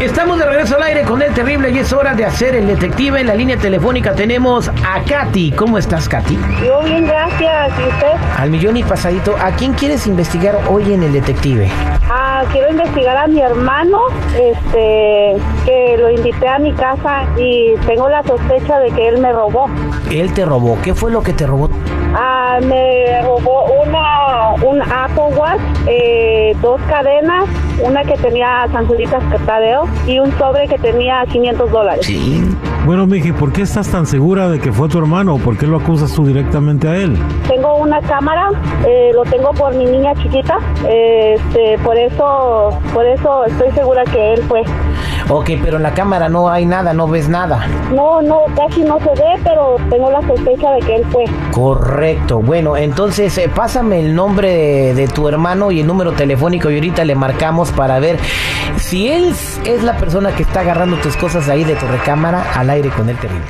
Estamos de regreso al aire con el terrible y es hora de hacer el detective. En la línea telefónica tenemos a Katy. ¿Cómo estás, Katy? Yo bien, gracias. ¿Y usted? Al millón y pasadito, ¿a quién quieres investigar hoy en el detective? Ah, quiero investigar a mi hermano, este, que lo invité a mi casa y tengo la sospecha de que él me robó. Él te robó. ¿Qué fue lo que te robó? Ah, me robó una, un Apple Watch, eh, dos cadenas, una que tenía Sanjulitas Catadeo y un sobre que tenía 500 dólares. Sí. Bueno, Miji, ¿por qué estás tan segura de que fue tu hermano? ¿Por qué lo acusas tú directamente a él? Tengo una cámara, eh, lo tengo por mi niña chiquita, eh, este, por eso, por eso estoy segura que él fue. Ok, pero en la cámara no hay nada, no ves nada. No, no, casi no se ve, pero tengo la sospecha de que él fue. Correcto. Bueno, entonces eh, pásame el nombre de, de tu hermano y el número telefónico y ahorita le marcamos para ver si él es la persona que está agarrando tus cosas ahí de tu recámara al aire con el terrible.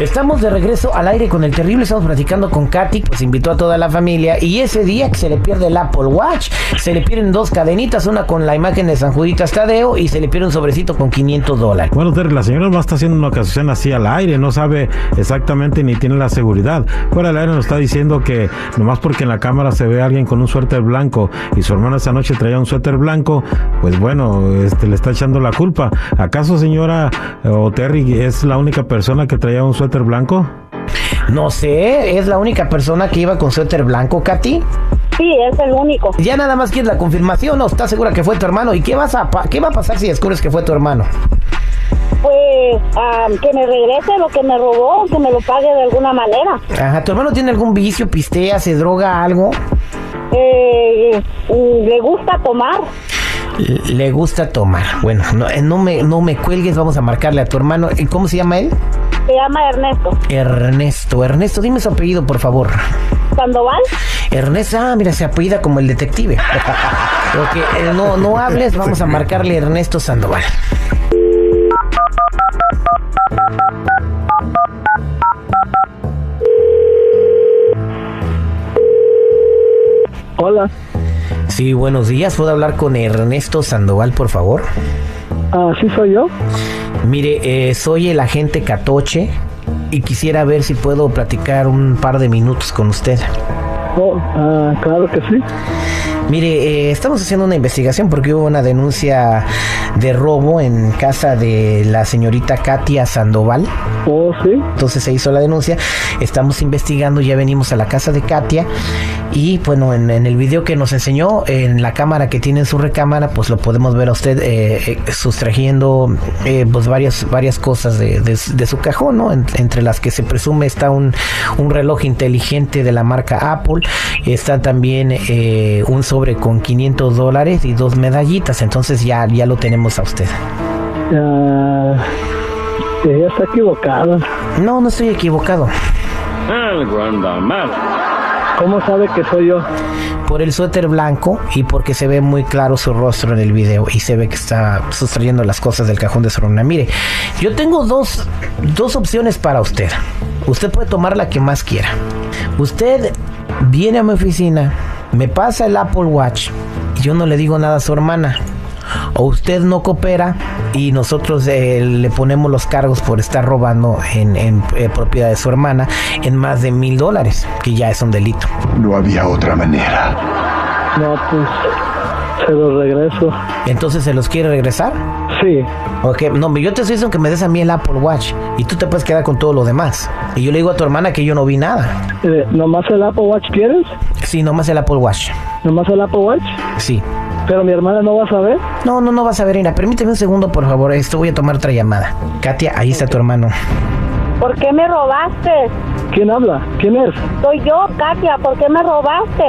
Estamos de regreso al aire con el terrible, estamos platicando con Katy, pues invitó a toda la familia y ese día que se le pierde el Apple Watch, se le pierden dos cadenitas, una con la imagen de San Juditas Tadeo y se le pierde un sobrecito con 500 dólares. Bueno, Terry, la señora no está haciendo una acusación así al aire, no sabe exactamente ni tiene la seguridad. Fuera del aire nos está diciendo que nomás porque en la cámara se ve a alguien con un suéter blanco y su hermana esa noche traía un suéter blanco, pues bueno, este, le está echando la culpa. ¿Acaso señora eh, o Terry es la única persona que traía un suéter blanco? No sé, es la única persona que iba con suéter blanco, Katy. Sí, es el único. Ya nada más quieres la confirmación, ¿no? ¿Estás segura que fue tu hermano? ¿Y qué, vas a pa- qué va a pasar si descubres que fue tu hermano? Pues ah, que me regrese lo que me robó, que me lo pague de alguna manera. Ajá, ¿tu hermano tiene algún vicio, pistea, se droga, algo? Eh, mm, le gusta tomar. L- Le gusta tomar. Bueno, no, eh, no me, no me cuelgues, vamos a marcarle a tu hermano. ¿Y ¿Cómo se llama él? Se llama Ernesto. Ernesto. Ernesto, dime su apellido, por favor. Sandoval. Ernesto, ah, mira, se apellida como el detective. Porque eh, no, no hables, vamos a marcarle Ernesto Sandoval. Hola, Sí, buenos días. ¿Puedo hablar con Ernesto Sandoval, por favor? ah, sí soy yo. Mire, eh, soy el agente Catoche y quisiera ver si puedo platicar un par de minutos con usted. Oh, ah, claro que sí. Mire, eh, estamos haciendo una investigación porque hubo una denuncia de robo en casa de la señorita Katia Sandoval. Oh, sí. Entonces se hizo la denuncia, estamos investigando, ya venimos a la casa de Katia y bueno, en, en el video que nos enseñó, en la cámara que tiene en su recámara, pues lo podemos ver a usted eh, eh, sustrayendo eh, pues varias, varias cosas de, de su- de su cajón, ¿no? En- entre las que se presume está un, un reloj inteligente de la marca Apple, está también eh, un sobre con 500 dólares y dos medallitas, entonces ya, ya lo tenemos a usted. Ah, ella está equivocada. No, no estoy equivocado. Algo anda mal. ¿Cómo sabe que soy yo? por el suéter blanco y porque se ve muy claro su rostro en el video y se ve que está sustrayendo las cosas del cajón de su hermana. Mire, yo tengo dos, dos opciones para usted. Usted puede tomar la que más quiera. Usted viene a mi oficina, me pasa el Apple Watch y yo no le digo nada a su hermana. O usted no coopera y nosotros eh, le ponemos los cargos por estar robando en, en, eh, propiedad de su hermana en más de mil dólares, que ya es un delito. No había otra manera. No, pues se lo regreso. Entonces se los quiere regresar. Sí, Ok, no, yo te estoy diciendo que me des a mí el Apple Watch y tú te puedes quedar con todo lo demás. Y yo le digo a tu hermana que yo no vi nada. eh, ¿nomás el Apple Watch quieres? Sí, nomás el Apple Watch. ¿Nomás el Apple Watch? Sí. Pero mi hermana no va a saber. No, no, no vas a ver, Ina. Permíteme un segundo, por favor. Esto voy a tomar otra llamada. Katia, ahí está tu hermano. ¿Por qué me robaste? ¿Quién habla? ¿Quién es? Soy yo, Katia, ¿por qué me robaste?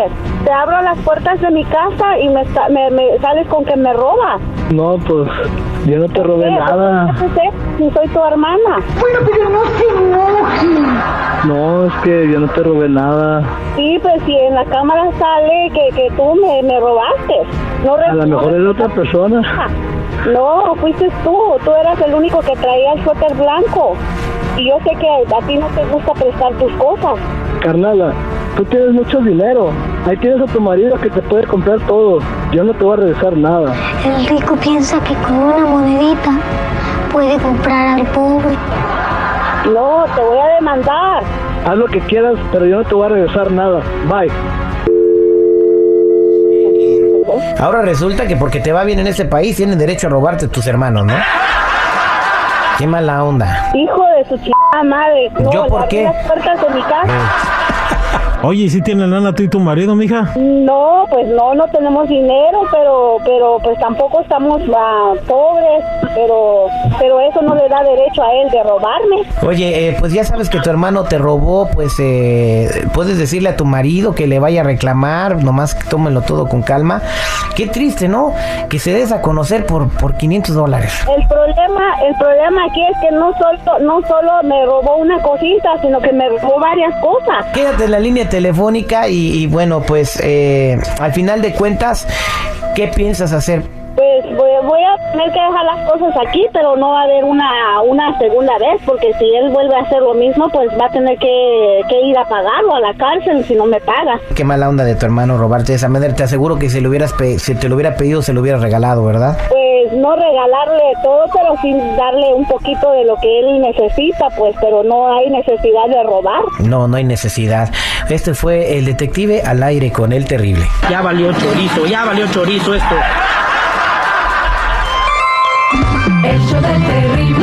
Te abro las puertas de mi casa y me, sa- me- me sales con que me robas. No, pues yo no te robé ¿Qué? nada. ¿Qué sé? Si soy tu hermana. No, es que yo no te robé nada. Sí, pues si en la cámara sale que, que tú me, me robaste. No A lo mejor es otra persona. No, fuiste tú. Tú eras el único que traía el suéter blanco. Y yo sé que a ti no te gusta prestar tus cosas. Carnala, Tú tienes mucho dinero. Ahí tienes a tu marido que te puede comprar todo. Yo no te voy a regresar nada. El rico piensa que con una monedita puede comprar al pobre. No, te voy a demandar. Haz lo que quieras, pero yo no te voy a regresar nada. Bye. Ahora resulta que porque te va bien en este país tienen derecho a robarte tus hermanos, ¿no? Qué mala onda. Hijo de su chingada madre. No, ¿Yo por le abrí qué? Ah. las puertas de mi casa? Oye, ¿y si tienen lana tú y tu marido, mija? No, pues no, no tenemos dinero, pero, pero pues tampoco estamos ah, pobres, pero, pero eso no le da derecho a él de robarme. Oye, eh, pues ya sabes que tu hermano te robó, pues eh, puedes decirle a tu marido que le vaya a reclamar, nomás tómelo todo con calma. Qué triste, ¿no? Que se des a conocer por, por 500 dólares. El problema, el problema aquí es que no solo, no solo me robó una cosita, sino que me robó varias cosas. Quédate en la línea telefónica y, y bueno, pues eh, al final de cuentas, ¿qué piensas hacer? Pues voy, voy a tener que dejar las cosas aquí, pero no va a haber una, una segunda vez, porque si él vuelve a hacer lo mismo, pues va a tener que, que ir a pagarlo a la cárcel si no me paga. Qué mala onda de tu hermano robarte de esa manera. Te aseguro que si, lo hubieras pe- si te lo hubiera pedido, se lo hubiera regalado, ¿verdad? Pues no regalarle todo, pero sin darle un poquito de lo que él necesita, pues, pero no hay necesidad de robar. No, no hay necesidad. Este fue el detective al aire con el terrible. Ya valió chorizo, ya valió chorizo esto. El show del terrible.